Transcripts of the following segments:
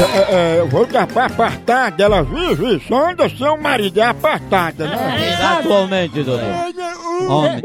É, é, vou dar pra apartada, ela vive e só anda seu marido, é apartada, né? Atualmente, doutor. Homem.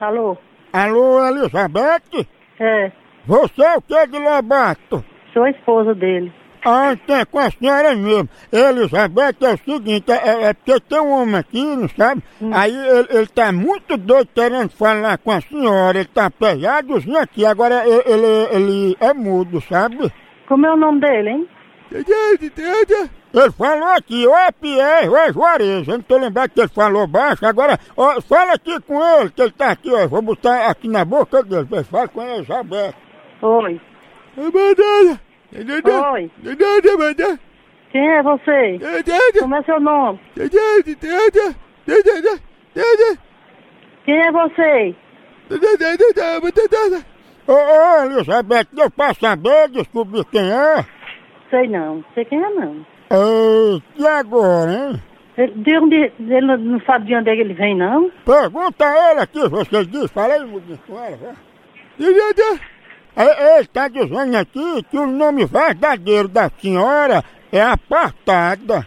Alô? Alô, Elizabeth? É, Você é o que de Lobato? sou a esposa dele. Ah, então é com a senhora mesmo. Elizabeth, é o seguinte, é, é porque tem um homem aqui, não sabe? Aí ele, ele tá muito doido querendo falar com a senhora, ele tá pesadozinho aqui, agora ele, ele, ele é mudo, sabe? Como é o nome dele, hein? Ele falou aqui, ou é Pierre, ou é Juarez. Eu não tô lembrado que ele falou baixo. Agora, ó, fala aqui com ele, que ele tá aqui, ó. Vou botar aqui na boca dele. Vai, Fala com ele, Elizabeth. Oi. Oi. Quem é você? Como é seu nome? Quem é você? Ô, ô, Elizabeth, deu pra saber, descobrir quem é? Sei não, sei quem é não. Ei, e agora, hein? Ele, de onde, ele não- não sabe de onde é que ele vem, não? Pergunta a ele aqui, você diz. Fala aí, mudinho, com ela, vai. Aí, Ele tá dizendo aqui que o nome verdadeiro da senhora é Apartada.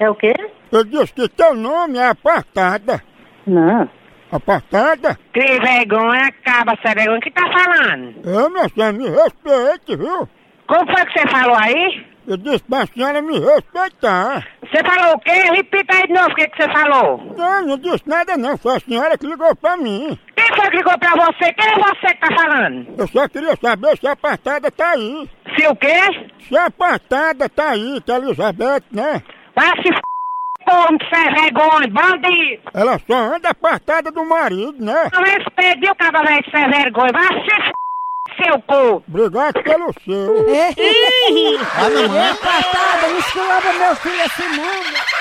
É o quê? Ele disse que teu nome é Apartada. Não. Apartada? Que vergonha, acaba essa vergonha. que tá falando? Eu, minha senhora, me respeite, viu? Como foi que você falou aí? Eu disse pra senhora me respeitar. Você falou o quê? Repita aí de novo o que, que você falou. Não, não disse nada não, foi a senhora que ligou pra mim. Quem foi que ligou pra você? Quem é você que tá falando? Eu só queria saber se a apartada tá aí. Se o quê? Se a apartada tá aí, que é a Elizabeth, né? Vai se f... Como que você é vergonha, bandido. Ela só anda apartada do marido, né? Não respeita, viu, cabra velho, que você é vergonha. Vai se f... seu cu. Obrigado pelo seu. Ah, não, é. Apartada, não esculava meu filho assim, não.